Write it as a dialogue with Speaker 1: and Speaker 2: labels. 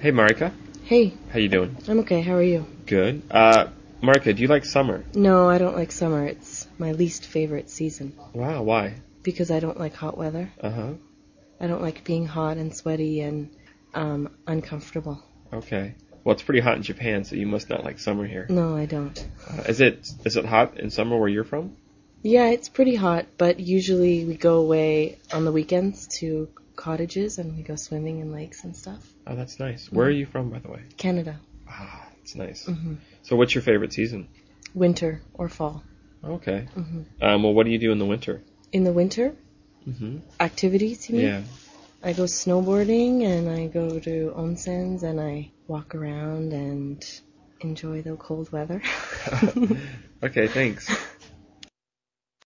Speaker 1: Hey, Marika.
Speaker 2: Hey,
Speaker 1: How you doing?
Speaker 2: I'm okay. How are you?
Speaker 1: Good. Uh, Marika, do you like summer?
Speaker 2: No, I don't like summer. It's my least favorite season
Speaker 1: Wow, why?
Speaker 2: because I don't like hot weather.
Speaker 1: Uh-huh.
Speaker 2: I don't like being hot and sweaty and um, uncomfortable.
Speaker 1: Okay. Well, it's pretty hot in Japan, so you must not like summer here.
Speaker 2: No, I don't.
Speaker 1: Uh, is it is it hot in summer where you're from?
Speaker 2: Yeah, it's pretty hot, but usually we go away on the weekends to cottages and we go swimming in lakes and stuff.
Speaker 1: Oh, that's nice. Where are you from, by the way?
Speaker 2: Canada,
Speaker 1: Ah, it's nice.
Speaker 2: Mhm.
Speaker 1: So, what's your favorite season?
Speaker 2: winter or fall.
Speaker 1: Okay.
Speaker 2: hmm
Speaker 1: Um, well, what do you do in the winter?
Speaker 2: In the winter,
Speaker 1: Mm-hmm.
Speaker 2: activities, you mean?
Speaker 1: Yeah.
Speaker 2: I go snowboarding and I go to onsens and I walk around and enjoy the cold weather.
Speaker 1: okay. Thanks.